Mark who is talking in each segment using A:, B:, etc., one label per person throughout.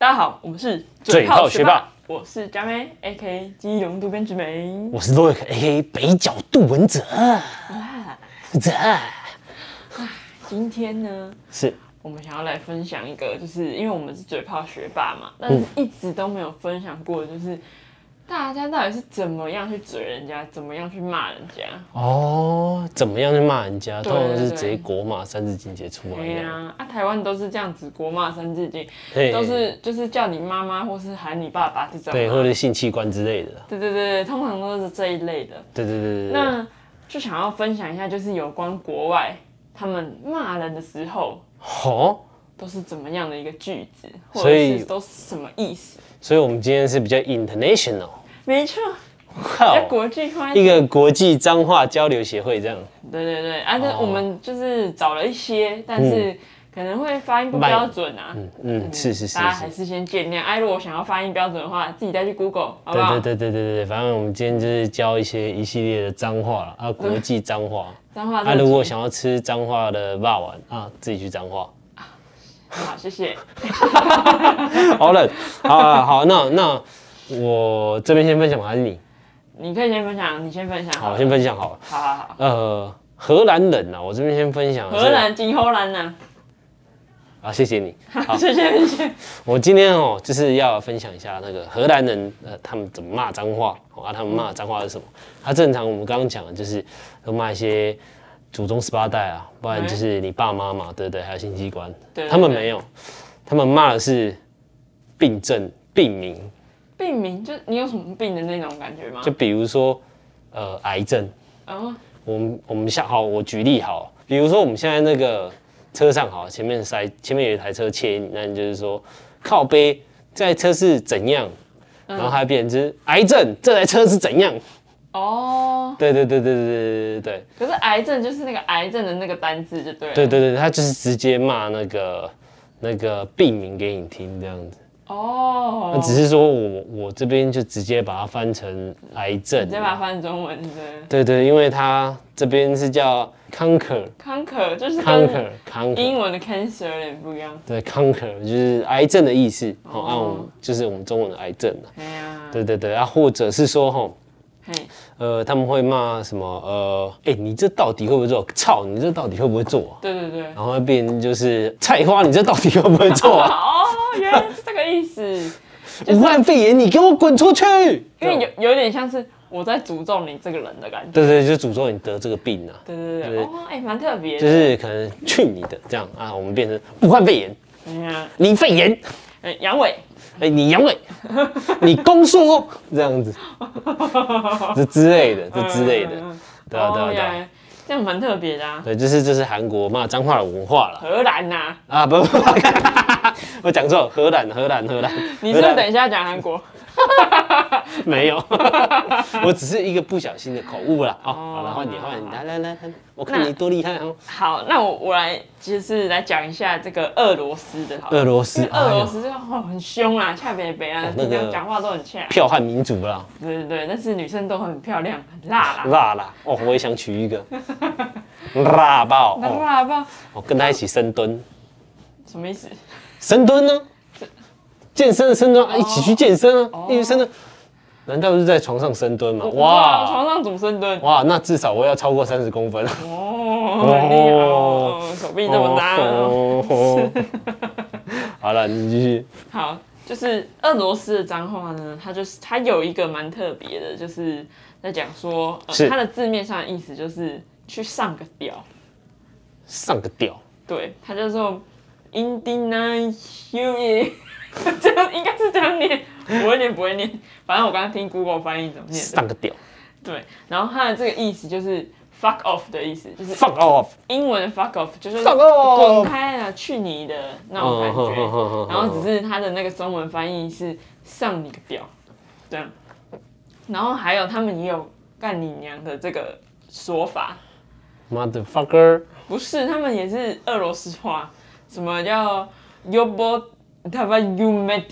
A: 家好，我们是
B: 嘴炮学霸，
A: 我是佳妹，A K 基隆渡边直美。
B: 我是 Loic A 北角杜文泽，
A: 哇，
B: 泽
A: 今天呢，
B: 是
A: 我们想要来分享一个，就是因为我们是嘴炮学霸
B: 嗯
A: 嘛，但是一直都没有分享过，就是大家到底是怎么样去嘴人家，怎么样去骂人家。
B: 哦，怎么样去骂人家？
A: 对
B: 通常是直接国骂三字经直接出来
A: 对
B: 一样，
A: 呀、啊，啊，台湾都是这样子，国骂三字经，
B: 嘿
A: 啊都是就是叫你妈妈或是喊你爸爸这种。啊
B: 对，或者是性器官之类的，
A: 对对对对，通常都是这一类的。
B: 对对对对对，
A: 那就想要分享一下，就是有关国外他们骂人的时候
B: 好，
A: 都是怎么样的一个句子，或
B: 所
A: 者
B: 以
A: 是都是什么意思？
B: 所以我们今天是比较 international，
A: 没错，在
B: 靠，
A: 国际化。
B: 一
A: 对
B: 个国际脏话交流协会这样，
A: 对对，啊，这
B: 哦
A: 我们就是找了一些，但是可能会发音不
B: 慢
A: 标准啊。
B: 嗯嗯，是是是
A: 大家还
B: 是，
A: 是先见谅。哎、如果想要发音标准的话，自己再去 Google，好不
B: 对
A: 好？
B: 对对对对对，反正我们今天就是教一些一系列的脏话啦啊，国际脏话，
A: 脏话
B: 啊，
A: 这个
B: 如果
A: 字
B: 想要吃脏话的霸王啊，自己去脏话。
A: 好，谢谢。
B: 好冷，好好好，那那我这边先分享吧，还是你？
A: 你可以先分享，你先分享好
B: 好，
A: 了。
B: 先分享好了。
A: 好好好。
B: 呃，荷兰人啊，我这边先分享。
A: 荷兰，金荷兰 呐、
B: 啊，谢谢你。好，
A: 谢谢谢谢。
B: 我今天哦，就是要分享一下那个荷兰人，呃，他们怎么骂脏话，哦啊，他们骂脏话是什么？啊，正常我们刚刚讲的就是都骂一些祖宗十八代啊，不然就是你爸妈嘛，对不对？还有性器官，
A: 对对
B: 他们
A: 对
B: 没有，他们骂的是病症、病名，
A: 病名就你有什么病的那种感觉吗
B: 就？比如说呃，癌症。
A: 哦，
B: 我们我们下好，我举例好，比如说我们现在那个车上好，前面塞前面有一台车切你，那你就是说靠背这台车是怎样，
A: 嗯
B: 然后还变成是癌症，这台车是怎样？
A: 哦，
B: 对对对对对对对
A: 可是癌症就是那个癌症的那个单字就对了。
B: 对对对对，他就是直接骂那个那个病名给你听这样子，
A: 哦
B: 那，只是说我我这边就直接把它翻成癌症
A: 你，再把它翻成中文对。
B: 对对，因为它这边是叫 conquer
A: Conquer 就是跟
B: conquer conquer
A: 英文的 cancer 有点不一样。
B: 对，conquer 就是癌症的意思，好、
A: 哦
B: 按、我们就是我们中文的癌症啊。
A: 哎呀，
B: 对对对啊，或者是说哈，吼
A: 嘿，
B: 呃，他们会骂什么？呃，哎、你这到底会不会做？操，你这到底会不会做啊、
A: 对对对。
B: 然后会变成就是菜花，你这到底会不会做、啊？
A: 哦，原来是这个意 思，
B: 武汉肺炎，你给我滚出去！
A: 因为有有点像是我在诅咒你这个人的感觉。
B: 对对，就诅咒你得这个病啊，
A: 对对对，
B: 对
A: 哦，哎，蛮特别
B: 就
A: 的。
B: 是可能去你的这样啊，我们变成武汉肺炎，
A: 哎呀，
B: 你肺炎，
A: 哎阳痿，
B: 哎、你阳 痿，你宫缩，这样子，这之类的，这之类的。
A: 嗯
B: 对啊，对啊，
A: 哦
B: 对
A: 原
B: 啊，
A: 来这样蛮特别的啊。
B: 对，就是这是韩国骂脏话的文化了
A: 荷兰呐，
B: 啊！不不，不我讲错，荷兰，荷兰，荷兰，
A: 你
B: 荷
A: 是不
B: 兰
A: 是等一下讲韩国？
B: 没有，我只是一个不小心的口误啦。哦，好了，换你，
A: 好
B: 换你，
A: 好
B: 来来来，来我看你多厉害哦！
A: 好，那我我来就是来讲一下这个俄罗斯的好了，
B: 俄罗斯，
A: 俄罗
B: 哎
A: 斯就、哦、很凶啦，恰北北啊
B: 哦，那
A: 平
B: 个
A: 常讲话都很恰啊
B: 呦，剽悍民族啦，
A: 对对对，但是女生都很漂亮，很辣啦，
B: 辣啦！哦，我也想娶一个，辣爆！
A: 那
B: 哦，
A: 辣吧？
B: 我跟他一起深蹲，
A: 什么意思？
B: 深蹲呢？健身的深蹲，啊一起去健身啊！一起深蹲，难道是在床上深蹲吗？
A: 哇，
B: 哇！
A: 床上主深蹲，
B: 哇，那至少我要超过三十 公分。
A: 哦，很厉害哦，手臂这么大哦。
B: 哦 好了，你继续。
A: 好，就是俄罗斯的脏话呢，它就是它有一个蛮特别的，就是在讲说，呃
B: 是
A: 它的字面上的意思就是去上个屌，
B: 上个屌，
A: 对，它叫做 Indian Human，这 样应该是这样念，我有点不会念，反正我刚刚听 Google 翻译怎么念的，
B: 上个屌
A: 对，然后它的这个意思就是 fuck off 的意思，就是
B: ，fuck off，
A: 英文的 fuck off 就是
B: Fuck off
A: 滚开啊，去你的那种感
B: 嗯哼哼哼
A: 觉
B: 哼。
A: 然后只是它的那个中文翻译是上你个屌，这样。然后还有他们也有干你娘的这个说法，
B: motherfucker，
A: 不是他们也是俄罗斯话，什么叫 you bo t a v a you met，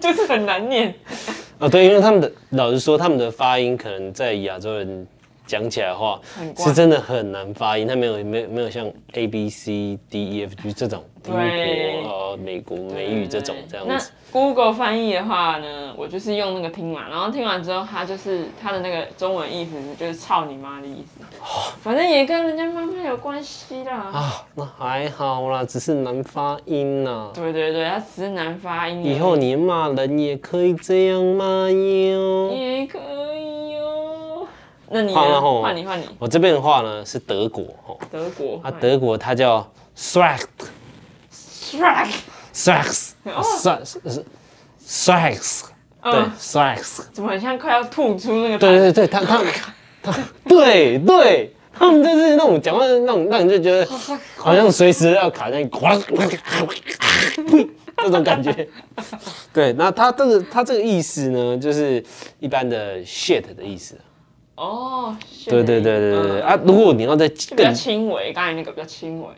A: 就是很难念。
B: 啊哦对，因为他们的老实说，他们的发音可能在亚洲人讲起来的话
A: 很，怪
B: 是真的很难发音。它没有没有没有像 A B C D E F G 这种英
A: 对
B: 国呃美国美语这种这样
A: 那
B: 子。
A: Google 翻译的话呢，我就是用那个听完，然后听完之后，它就是它的那个中文意思就是“操你妈”的意思，反正也跟人家妈妈有关系啦。
B: 哦啊，那还好啦，只是难发音啊呐、
A: 对对对，它只是难发音而已。
B: 以后你骂人也可以这样骂哟。
A: 也可以哦。那你呢
B: 换了吼
A: 换你换你，
B: 我这边的话呢是德国哦，
A: 德国
B: 啊
A: 换你
B: 德国它叫 s w a g
A: Shrek，
B: s w a g s
A: 哦
B: s w a g s w a g s 对
A: 嗯，
B: s w a g s
A: 怎么很像快要吐出那个？
B: 对对对，他他他，对对，他们就是那种讲话那种让你就觉得好像随时要卡在呱那种感 觉。对，那他这个他这个意思呢，就是一般的 shit 的意思。
A: 哦，是
B: 对对对对对对
A: 嗯
B: 啊！如果你要再
A: 就比较
B: 更
A: 轻微，刚才那个比较轻微，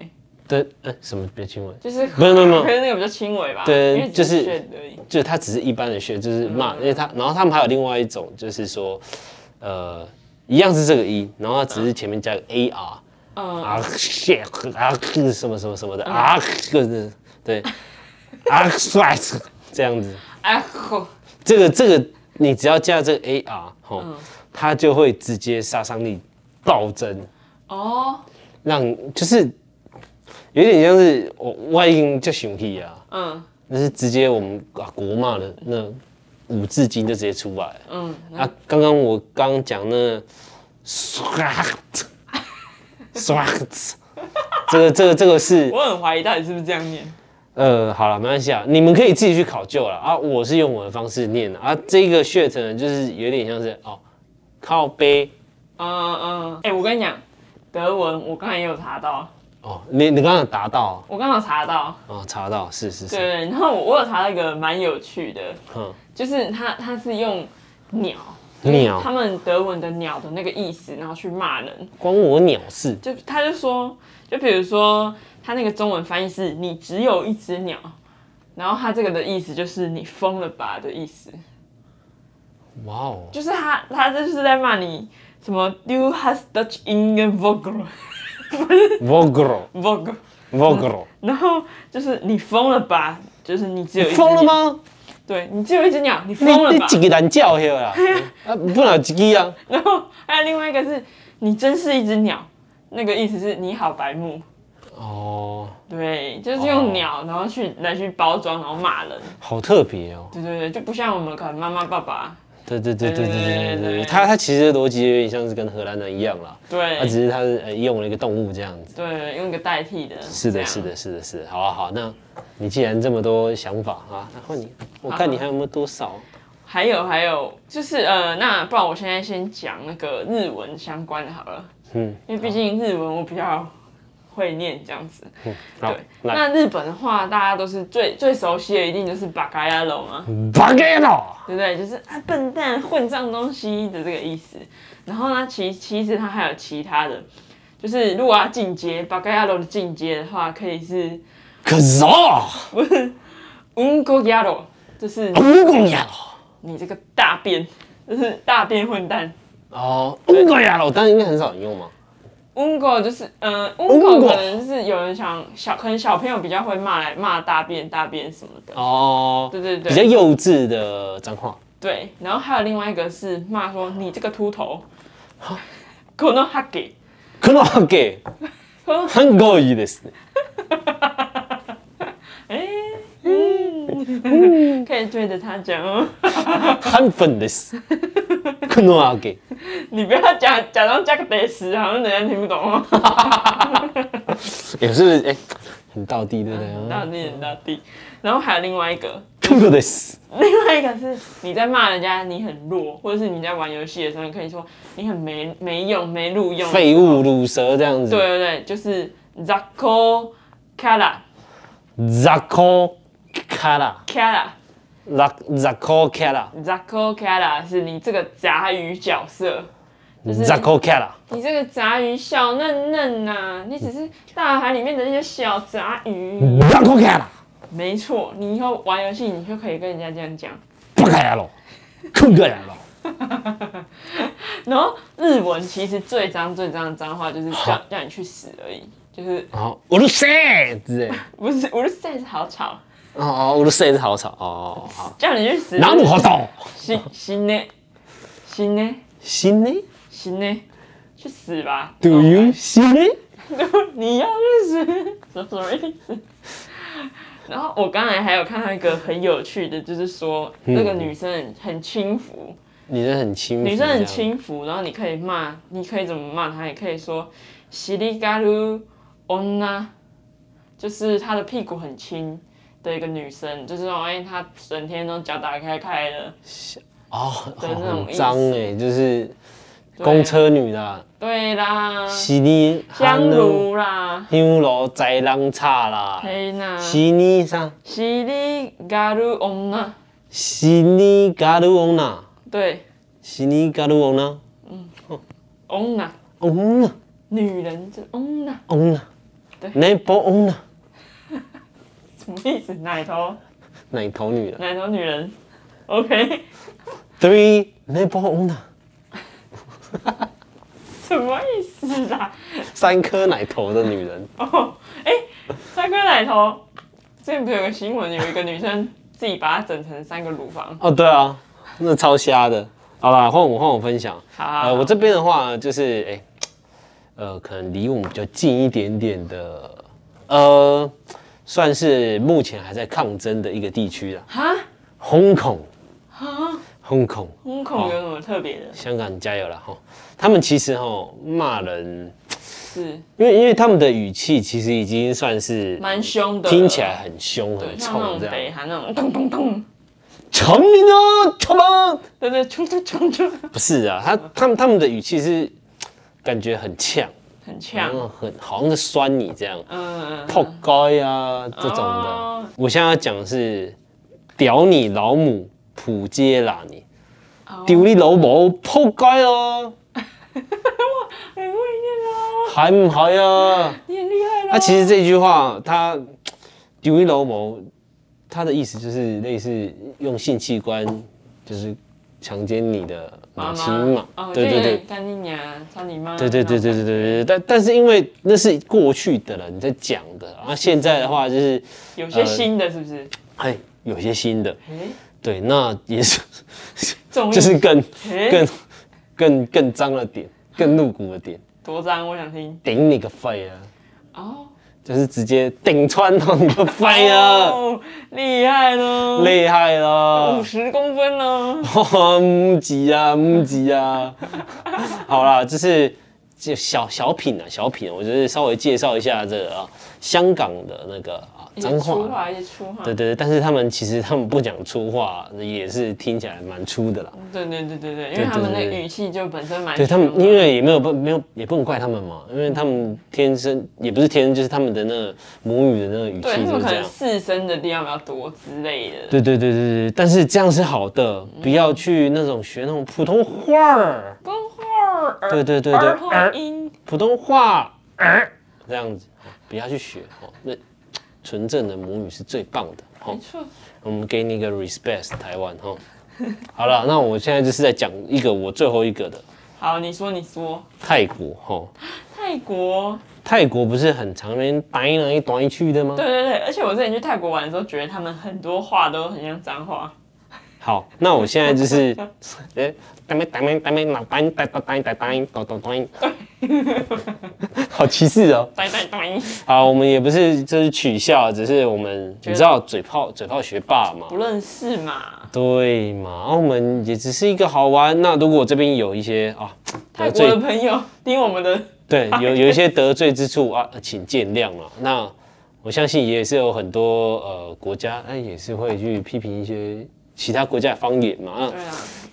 B: 对呃什么别轻微，
A: 就是
B: 没有没有没有
A: 可是那个比较轻微吧？
B: 对
A: 因为只
B: 就是
A: 血而已
B: 就是他只是一般的 shit，就是
A: 嗯
B: 骂，因为他然后他们还有另外一种就是说，呃，一样是这个一，然后只是前面加个 ar。
A: 嗯，
B: 啊谢啊什么什么什么的啊就是对啊帅这样子，
A: 哎吼，
B: 这个这个你只要加这个 AR
A: 嗯
B: 吼，它就会直接杀伤力暴增，
A: 哦，
B: 让就是有点像是我外音叫熊气啊，
A: 嗯
B: 那是直接我们啊国骂的那五字经就直接出来了
A: 嗯，
B: 啊。刚刚我刚刚讲那刷刷，这个这个这个是。
A: 我很怀疑到底是不是这样念。
B: 呃，好了，没关系啊，你们可以自己去考究了啊。我是用我的方式念的啊。这个 shit 呢，就是有点像是哦，靠背
A: 嗯嗯，哎，我跟你讲，德文我刚才也有查到，
B: 哦。你你刚刚有答到
A: 我刚好查到，
B: 哦，查到是是
A: 对
B: 是，
A: 对，然后我我有查到一个蛮有趣的，
B: 嗯，
A: 就是它它是用鸟。他
B: 鸟
A: 们德文的鸟的那个意思，然后去骂人，
B: 关我鸟事
A: 就他就说，就比如说他那个中文翻译是“你只有一只鸟”，然后他这个的意思就是“你疯了吧”的意思，
B: 哇哦，
A: 就是他他这就是在骂你什么 “you has Dutch in a vogel
B: vogel
A: vogel”，
B: vogel，
A: 然后就是“你疯了吧”，就是你只有一只
B: 疯了
A: 鸟？
B: 吗？
A: 对你只有一只鸟，你疯
B: 你
A: 了
B: 你
A: 吧？
B: 几个人叫去啦？啊，不然有几个啊？
A: 然后还有另外一个是“你真是一只鸟”，那个意思是你好白目。
B: 哦，
A: 对，就是
B: 哦
A: 用鸟，然后去来去包装，然后骂人。
B: 好特别哦。
A: 对对对，就不像我们可能妈妈爸爸，
B: 对对对对对对对对，它它其实逻辑有点像是跟荷兰人一样啦，它
A: 对
B: 只是它是呃用了一个动物这样子。
A: 对，用一个代替的。
B: 是
A: 这
B: 的，
A: 样
B: 是。的，是的，是的。好啊，好，那你既然这么多想法啊，那换你，我看你还有没有多少？
A: 还有还有，就是呃，那不然我现在先讲那个日文相关的好了，
B: 嗯，
A: 因为毕竟日文我比较会念这样子。
B: 好，来，
A: 那日本的话，大家都是最最熟悉的，一定就是巴嘎亚龙啊。
B: 八给了，
A: 对不对？就是啊，笨蛋、混账东西的这个意思。然后呢，其其实它还有其他的，就是如果要进阶，巴盖亚罗的进阶的话，可以是
B: 可是哦，
A: 嗯 n 亚罗，就是
B: 五公呀
A: 你这个大便， 就是大便混蛋。
B: 哦，五公呀了，但应该很少人用嘛。
A: 嗯 n 就是嗯嗯 n
B: 嗯
A: 可能就是有人想小，可能小朋友比较会骂来骂大便、大便什么的。
B: 哦，
A: 对对
B: 比较
A: 对
B: 幼稚的脏话。
A: 对。然后还有另外一个是骂说你这个秃头，可能哈给。哦
B: 可能好给，很够意的是，
A: 可以对着他讲哦。
B: 很粉的是，可能好给。
A: 你不要假假装加个得词，好像人家听不懂哦。
B: 也是哎，很到地对不啊对？
A: 到地很到地，然后还有另外一个，
B: 可能的是，
A: 另外一个是你在骂人家你很弱，或者是你在玩游戏的时候，你可以说你很没没用、没录用。对
B: 废物、乳蛇这样子。
A: 对对，就是 zako kara
B: ，zako kara。
A: kara
B: Zac Zaco Kala
A: zako kara 是你这个杂鱼角色，就是你
B: Zaco Kala
A: 你这个杂鱼小嫩嫩呐、你只是大海里面的那些小杂鱼。
B: Zaco Kala
A: 没错，你以后玩游戏你就可以跟人家这样讲。
B: 不开了，空个人了，
A: 然后日文其实最脏最脏的脏话就是叫
B: 好
A: 叫你去死而已，就是
B: 然后我的塞之类的，
A: 不是我的 sense 好吵，
B: 哦哦，我的塞是好吵哦，好，
A: 叫你去死。
B: 哪路好吵？
A: 死死呢？死呢？
B: 心呢
A: 死呢？去死吧
B: ？Do you 心呢？
A: 你要去死， 什什么意思？然后我刚才还有看到一个很有趣的，就是说
B: 嗯
A: 那个女生很很轻浮，
B: 女生很轻浮，
A: 女生
B: 这
A: 很
B: 样，
A: 轻浮，然后你可以骂，你可以怎么骂她？也可以说“西里嘎鲁翁呐”，就是她的屁股很轻的一个女生，就是说哎，她整天都脚打开开的，
B: 哦，
A: 的那种
B: 很
A: 意思
B: 脏哎，就是
A: 对啊
B: 公车女啦，
A: 对啦，
B: 西尼
A: 香，炉啦，
B: 香炉栽浪叉啦，
A: 嘿啊呐，
B: 西尼啥？
A: 西里嘎鲁翁呐，
B: 西尼嘎鲁翁呐，
A: 对，
B: 西尼嘎鲁翁呐，
A: 翁呐。
B: 翁呐
A: 女人就嗯呐，
B: 翁呐
A: 对，
B: 那波翁呐，
A: 什么意思？奶头
B: 哪头女的
A: 奶头女人，OK，
B: ？Three 那波翁呐，
A: 什么意思啦？
B: 三颗奶头的女人，
A: 哦，哎、三颗奶头，之前不是有个新闻，有一个女生自己把它整成三个乳房，
B: 哦对啊，那超瞎的。好啦，换我换我分享。
A: 好
B: 呃，我这边的话就是，哎、呃，可能离我们比较近一点点的，呃，算是目前还在抗争的一个地区啦，
A: 哈
B: 香港，
A: 哈，
B: 香港，
A: 瞳孔有什么特别的？
B: 香港加油啦！哈，他们其实哈骂人，
A: 是
B: 因为因为他们的语气其实已经算是
A: 蛮凶的，
B: 听起来很凶
A: 对
B: 很
A: 像那
B: 臭
A: 种
B: 这
A: 北
B: 样。
A: 韩那种咚咚咚，
B: 成名啊，他们
A: 对对，冲冲冲冲，
B: 不是啊，他他们他们的语气是感觉很呛，
A: 很
B: 然
A: 呛，
B: 后很好像在酸你这样。
A: 嗯，
B: 破街啊这种的。
A: 哦
B: 我现在要讲的是，屌你老母，普街啦你，
A: 哦
B: 屌你老母，破街啊，
A: 很会哎念哦，
B: 还唔系啊？
A: 你很厉害
B: 那、
A: 咯。
B: 其实这句话，他屌你老母，他的意思就是类似用性器官，就是强奸你的母亲嘛。
A: 哦，
B: 对
A: 对对
B: 对对
A: 对，。干你娘，操你妈，
B: 对对对对对对对，但但是因为那是过去的人在讲的，然后现在的话就是，
A: 有些新的是不是？
B: 哎，有些新的，
A: 哎，
B: 对，那也是，
A: 综艺
B: 就是更
A: 哎
B: 更更更脏了点，更露骨了点，
A: 多脏，我想听
B: 顶你个肺啊！
A: 哦，
B: 就是直接顶穿到你个肺啊！
A: 哦，厉害喽，
B: 厉害
A: 五
B: 啦！
A: 十公分喽，
B: 母鸡啊，母鸡啊！好啦，就是就小小品啊，小品啊，我就是稍微介绍一下这个啊，香港的那个啊
A: 一
B: 脏
A: 直
B: 话
A: 出
B: 啦。
A: 话一直出话，
B: 对
A: 对
B: 对对，但是他们其实他们不讲粗话，也是听起来蛮粗的啦。
A: 对对对对，因为他们那
B: 对对
A: 个
B: 对
A: 语气就本身蛮
B: 对他们
A: 凶，的
B: 因为也没有不没有也不能怪他们嘛，因为他们天生也不是天生，就是他们的那个母语的那个语
A: 对
B: 气
A: 他
B: 就
A: 们
B: 是
A: 可
B: 这
A: 能
B: 样。
A: 四声的地方比较多之类的，
B: 对对对对对，但是这样是好的，
A: 嗯
B: 不要去那种学那种普通话儿，
A: 跟话儿，
B: 对对对对
A: 儿化音，
B: 普通话儿 这样子，哦不要去学哦。那纯正的母语是最棒的。好
A: 没，错，
B: 我们给你一个 respect 台湾 哈。哦好了，那我现在就是在讲一个我最后一个的
A: 好，你说你说，
B: 泰国哈。哦
A: 泰国，
B: 泰国不是很常人呆来呆去的吗？
A: 对对对，而且我之前去泰国玩的时候，觉得他们很多话都很像脏话，
B: 好，那我现在就是， 哎，呆呆呆呆老呆呆呆呆呆呆抖抖 呆，好歧视哦。
A: 呆呆呆，
B: 好，我们也不是就是取笑，只是我们你知道嘴炮嘴炮学霸嘛
A: 不，认识嘛。
B: 对嘛？澳门也只是一个好玩。那如果这边有一些啊
A: 泰
B: 得
A: 国的
B: 罪，
A: 朋友听我们的，
B: 对，
A: 哎
B: 有有一些得罪之处啊，请见谅了。那我相信也是有很多呃国家，哎，也是会去批评一些其他国家的方言嘛。啊
A: 对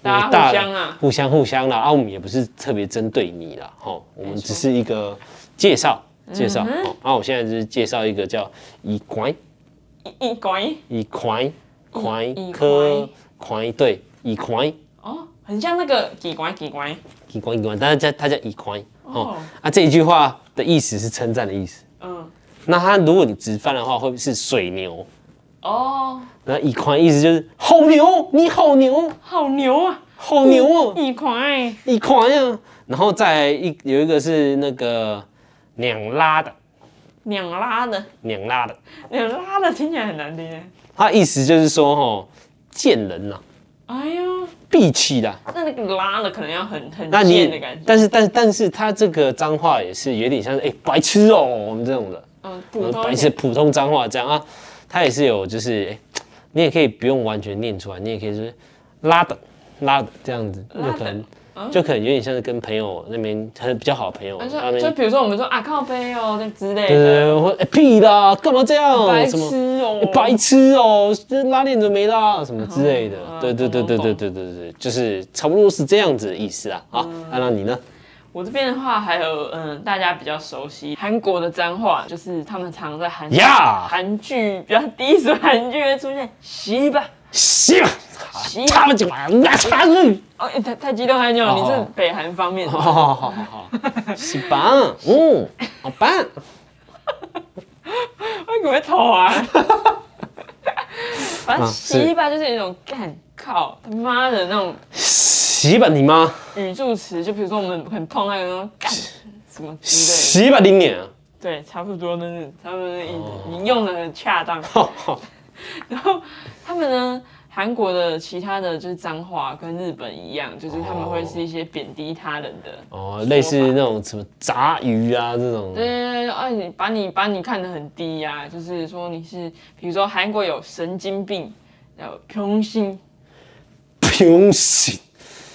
A: 啊，大家互相啊，
B: 互相互相啦。啊，我们也不是特别针对你啦，吼，我们只是一个介绍
A: 嗯
B: 介绍。吼啊，我现在就是介绍一个叫以拐
A: 一一拐
B: 以拐拐
A: 以
B: 科拐对以拐
A: 哦，很像那个几拐几拐
B: 以拐以拐，但是它它叫以拐哦
A: 哦。
B: 啊，这一句话的意思是称赞的意思。
A: 嗯，
B: 那它如果你直翻的话，会不会是水牛？
A: 哦，
B: 那以宽意思就是好牛，你好牛，
A: 好牛啊，
B: 好牛哦、
A: 一块
B: 一块呀、然后再来一有一个是那个两拉的，
A: 两拉的，
B: 两拉的，
A: 两拉的听起来很难听耶。
B: 它意思就是说吼，贱人呐、
A: 哎呦，
B: 闭气啦。
A: 那那个拉的可能要很很
B: 那
A: 贱的
B: 你
A: 感，觉。
B: 但是但但是他这个脏话也是有点像是哎、白痴哦、我们这种的，
A: 嗯，普通
B: 白痴普通脏话这样啊，他也是有就是哎、你也可以不用完全念出来，你也可以就是拉的拉的这样子，
A: 拉的
B: 就可能、
A: 嗯
B: 就可能有点像是跟朋友那边很比较好的朋友
A: 啊
B: 那
A: 就就
B: 边。
A: 比如说我们说啊靠背哦那之类
B: 对对
A: 的，
B: 对，或、哎屁啦，干嘛这
A: 白
B: 样？
A: 痴
B: 什么
A: 哦，
B: 白痴哦、这拉链怎么没拉？什么之类的
A: 啊。
B: 对对对对
A: 懂
B: 对
A: 懂嗯
B: 对对对，对就是差不多是这样子的意思啊。啊，那、那你呢？
A: 我这边的话，还有嗯，大家比较熟悉韩国的脏话，就是他们常在韩
B: 呀
A: 韩剧比较低俗韩剧会出现“洗吧
B: 行，
A: 洗
B: 他
A: 吧
B: 们就把那啥 人。”，
A: 哦，欸太太激动太久了，
B: 啊哦
A: 你是北韩方面的
B: 嗯好好好好好，是吧？嗯，好吧。
A: 我以为头啊。反正
B: 啊是
A: 洗吧就是一种干靠他妈的那种
B: 洗吧你妈，
A: 语助词，就比如说我们很痛那个那种干什么之类的，
B: 洗吧你脸啊。
A: 对，差不多那是他们的意思，
B: 哦
A: 你用的很恰当。
B: 好好
A: 然后他们呢，韩国的其他的就是脏话，跟日本一样，就是他们会是一些贬低他人的。
B: 哦，类似那种什么杂鱼啊这种。
A: 对对对，哎，你把你把你看得很低呀、就是说你是，比如说韩国有神经病，然后平心，
B: 平洗，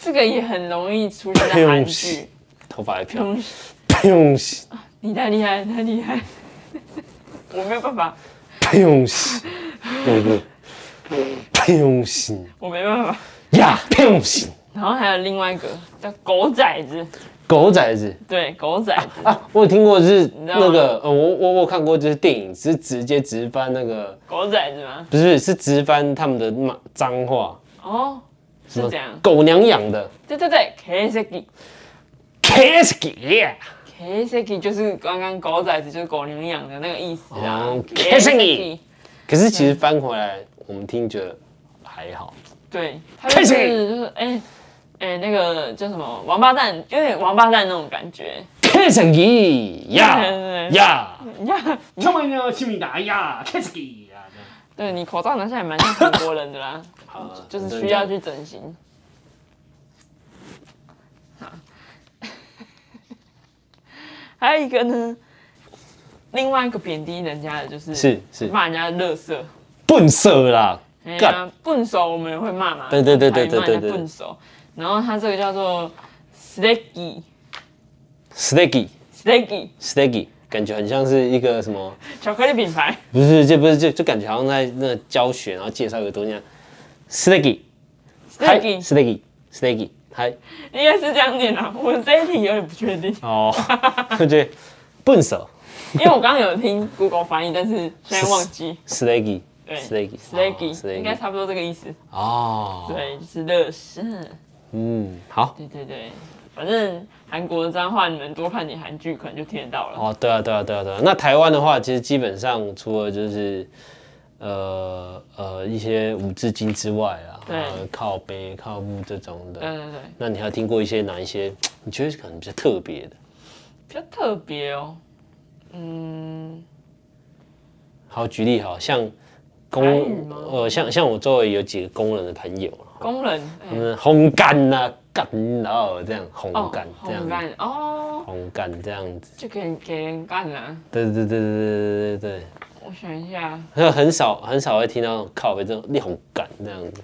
A: 这个也很容易出现在韩
B: 平
A: 剧
B: 心。头发还飘。
A: 平心，
B: 平洗，
A: 你太厉害，太厉害，我没有办法，
B: 平洗，对不对？平洗
A: 我没办法。
B: 呀，平洗，
A: 然后还有另外一个叫狗崽子，
B: 狗崽子。
A: 对，狗崽子。
B: 啊，我有听过，就是
A: 知道吗
B: 那个，呃，我我我有看过，就是电影是直接直翻那个，
A: 狗崽子吗？
B: 不是是直翻他们的骂脏话，
A: 哦，是这样。
B: 狗娘养的
A: 对对对 k s k
B: k s k
A: k s k 就是刚刚狗崽子就是狗娘养的那个意思啊
B: 哦。
A: Keseki
B: Keseki 可是其实翻回来，我们听觉得还好，
A: 对，他就是
B: Keseki
A: 就是哎哎那个叫什么王八蛋，有点王八蛋那种感觉。
B: k s k 呀
A: 对对对
B: 呀，
A: 你看，
C: 정말요 치입니다. 야, 캐스키. 야, 네.
A: 对你口罩拿下来蛮像韩国人的 啦，
B: 啊
A: 就是需要去整形。 好还有一个呢，另外一个贬低人家的就是
B: 是是
A: 骂人家乐色。
B: 笨色啦，
A: 哎
B: 干
A: 呀，笨手我们也会骂嘛，
B: 对对对对
A: 台语骂
B: 对对
A: 人家
B: 对
A: 笨手。然后它这个叫做 slacky
B: ，sticky
A: slacky
B: sticky，感觉很像是一个什么，
A: 巧克力品牌，
B: 不是这不是就就感觉好像在那个教学，然后介绍一个东西，sticky 嗨
A: slacky
B: sticky sticky 嗨。
A: 应该是这样念啊。我这一题有点不确定，
B: 哦， 我觉得笨手
A: 因为我刚刚有听 Google 翻译，但是现在忘记。
B: s l a g
A: 对
B: y s l a g y
A: slacky 应该
B: y
A: 差不多这个意思。
B: 哦，，
A: 对，就是乐事。
B: 嗯，好，
A: 对对对，反正韩国的脏话，你们多看点韩剧，可能就听得到了。
B: 哦，对啊，对啊，对啊，对啊。那台湾的话，其实基本上除了就是呃呃一些五字经之外啊，
A: 对
B: 呃靠背、靠步这种
A: 对
B: 的，
A: 对对，
B: 那你还有听过一些哪一些？你觉得可能比较特别的？
A: 比较特别哦。嗯，
B: 好，举例好像
A: 台语
B: 工
A: 吗
B: 呃，像像我周围有几个工人的朋友，啊
A: 工人。哎
B: 他们烘干呐、干呐这样烘干这样
A: 哦红
B: 子。
A: 干哦，
B: 红干这样子，
A: 就给给人干了。
B: 对对对对对对对对
A: 我想一下，
B: 对，很少很少会听到那种靠背这种你红干这样子，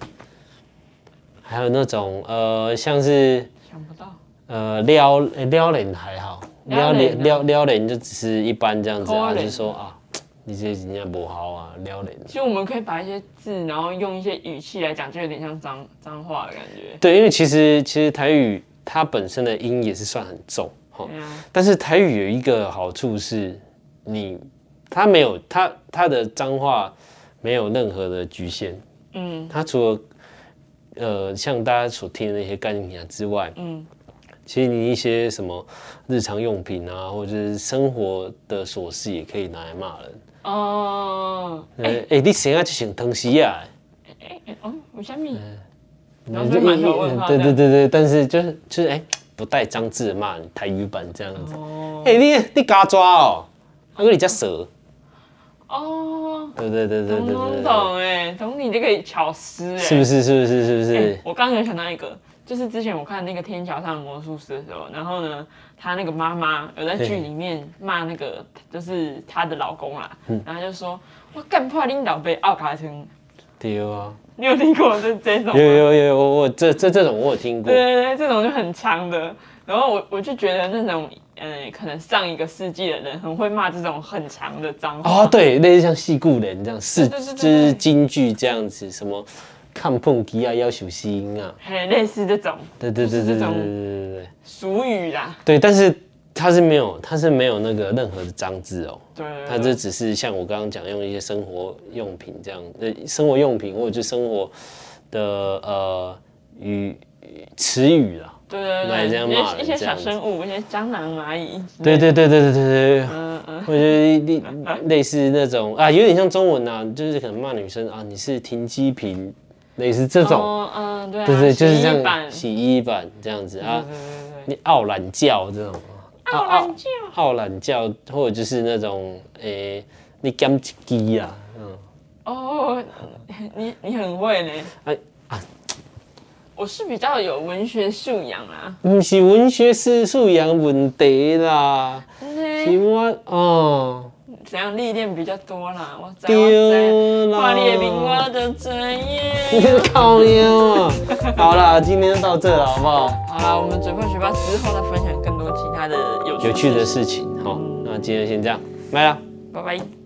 B: 还有那种呃像是
A: 想不到。
B: 呃撩诶撩脸还好，撩
A: 撩脸
B: 脸
A: 啊
B: 撩撩脸就只是一般这样子啊，
A: 抠
B: 就
A: 脸
B: 说啊你这人家不好啊撩脸，
A: 其实我们可以把一些字，然后用一些语气来讲，就有点像脏脏话的感觉。
B: 对，因为其实其实台语它本身的音也是算很重，哈，
A: 对啊，
B: 但是台语有一个好处是，你它没有它它的脏话没有任何的局限，
A: 嗯
B: 它除了呃像大家所听的那些概念之外，
A: 嗯，
B: 其实你一些什么日常用品啊，或者是生活的琐事，也可以拿来骂人。哎
A: 哦，
B: 哎、欸你谁啊？就想疼西啊？
A: 哎、哦，我下面然后就满头问号
B: 对
A: 这
B: 对对
A: 样。
B: 对，但是就是就是哎、不带脏字的骂你台语版这样子。
A: 哦
B: 哎、你你嘎抓哦，他跟你叫蛇。
A: 哦，
B: 对对对对
A: 懂
B: 对
A: 懂
B: 对
A: 懂哎，懂你就可以巧思哎，
B: 是不是？是不是？是不
A: 哎
B: 是？
A: 我刚刚有想到一个，就是之前我看那个《天桥上的魔术师》的时候，然后呢，他那个妈妈有在剧里面骂那个，就是她的老公啦，然后就说：“我干破领导被奥卡成。
B: 对啊，”
A: 你有听过这这种吗？
B: 有有有有，我我这这这种我有听过
A: 对。对对，这种就很长的。然后我我就觉得那种，嗯、可能上一个世纪的人很会骂这种很长的脏话。
B: 哦，对，类似像戏故人这样，是
A: 对对对
B: 就
A: 对
B: 是京剧这样子，什么看碰吉啊，要求吸音啊，
A: 嘿，类似这种
B: 对对对对对
A: 就是这
B: 对
A: 种
B: 对对
A: 俗语啦，
B: 对，但是它是没有，它是没有那个任何的脏字哦，
A: 对对对
B: 它这只是像我刚刚讲，用一些生活用品这样，呃，生活用品或者就生活的呃语词语啦，
A: 对对
B: 那
A: 对，
B: 也这样
A: 一
B: 骂
A: 些
B: 人
A: 一些
B: 这
A: 小
B: 样子
A: 生物，一些蟑螂、蚂蚁，
B: 对，对对对对对对。
A: 嗯嗯，
B: 我觉得类类似那种啊，有点像中文啊，就是可能骂女生啊，你是停机坪，类似这种，
A: 哦嗯，对啊，
B: 对对，就是
A: 洗衣
B: 这样
A: 板嗯
B: 洗衣板这样子啊
A: 对，对对
B: 你傲懒叫这种，哦
A: 对，傲懒叫，
B: 傲懒叫或者就是那种诶、你减一支啊，嗯，
A: 哦，你你很会呢，
B: 哎
A: 我是比较有文学素养啊，
B: 不是文学是素养问题啦，是
A: 嗯，
B: 我哦，
A: 怎样历练比较多啦，我知我
B: 对
A: 知，
B: 啦，
A: 画列名啊我的专
B: 你
A: 业。
B: 是靠腰啊！好啦，今天就到这了，好不好？
A: 好啦，我们嘴炮学霸之后再分享更多其他的有
B: 有趣的
A: 事，
B: 事情。好，那今天先这样，拜了。
A: 拜拜。